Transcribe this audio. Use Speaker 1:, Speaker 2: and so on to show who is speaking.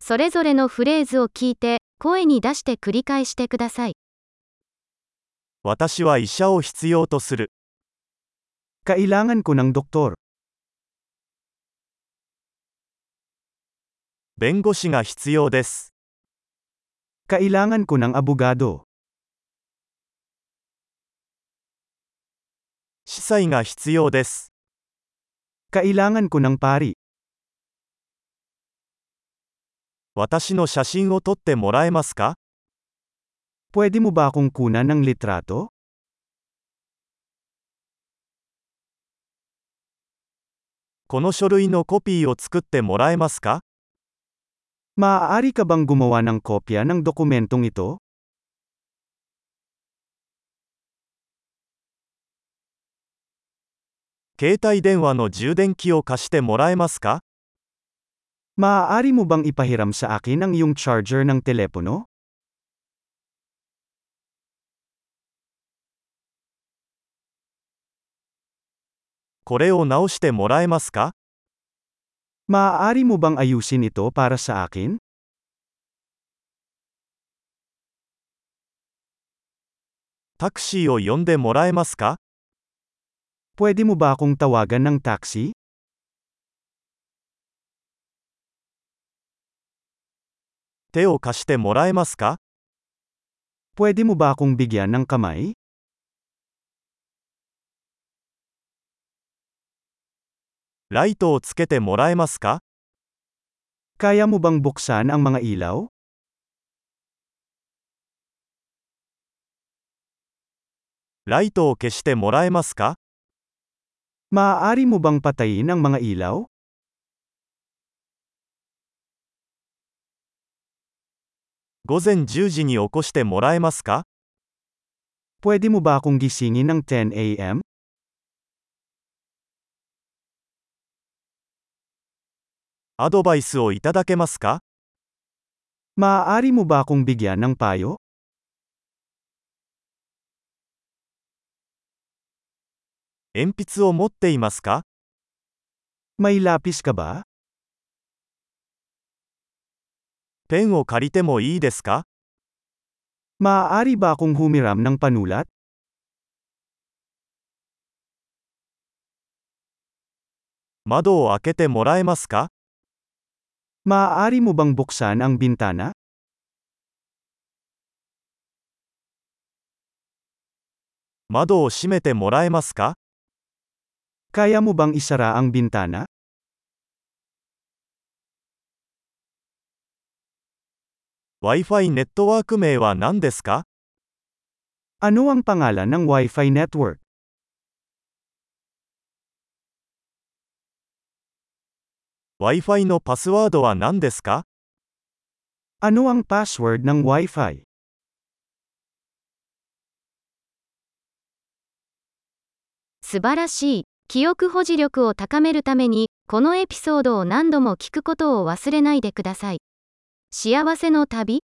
Speaker 1: それぞれのフレーズを聞いて、声に出して繰り返してください。
Speaker 2: 私は医者を必要とする。
Speaker 3: Kailangan ko ng doktor.
Speaker 2: 弁護士が必要です。
Speaker 3: Kailangan ko ng abogado.
Speaker 2: 司祭が必要です。
Speaker 3: Kailangan ko ng pari.
Speaker 2: 私の写真を撮ってもらえますか
Speaker 3: Pwede mo ba akong kunan ng litrato?
Speaker 2: この書類のコピーを作ってもらえますか
Speaker 3: Maaari ka bang gumawa ng kopya ng dokumentong ito?
Speaker 2: 携帯電話の充電器を貸してもらえますか
Speaker 3: Maaari mo bang ipahiram sa akin ang iyong charger ng telepono?
Speaker 2: これを直してもらえますか
Speaker 3: Maaari mo bang ayusin ito para sa akin?
Speaker 2: タクシーを呼んでもらえますか
Speaker 3: Pwede mo ba akong tawagan ng taxi?
Speaker 2: 手を貸してもらえますか
Speaker 3: Pwede mo ba akong bigyan ng kamay?
Speaker 2: ライトをつけてもらえますか
Speaker 3: Kaya mo bang buksan ang mga ilaw?
Speaker 2: ライトを消してもらえますか
Speaker 3: Maaari mo bang patayin ang mga ilaw?
Speaker 2: 午前10時に起こしてもらえますか
Speaker 3: Pwede mo ba akong gisingin ng 10 a.m.?
Speaker 2: アドバイスをいただけますか
Speaker 3: Maaari mo ba akong bigyan ng payo?
Speaker 2: 鉛筆を持っていますか
Speaker 3: May lapis ka ba?
Speaker 2: ペンを借りてもいいですか
Speaker 3: Maaari ba akong humiram ng panulat?
Speaker 2: 窓を開けてもらえますか
Speaker 3: Maaari mo bang buksan ang bintana?
Speaker 2: 窓を閉めてもらえますか
Speaker 3: Kaya mo bang isara ang bintana?
Speaker 2: ？Wi-Fi ネットワーク名は何ですか
Speaker 3: Ano ang pangalan ng Wi-Fi network?
Speaker 2: ？Wi-Fi のパスワードは何ですか
Speaker 3: Ano ang password ng Wi-Fi?
Speaker 1: 素晴らしい。記憶保持力を高めるために、このエピソードを何度も聞くことを忘れないでください。幸せの旅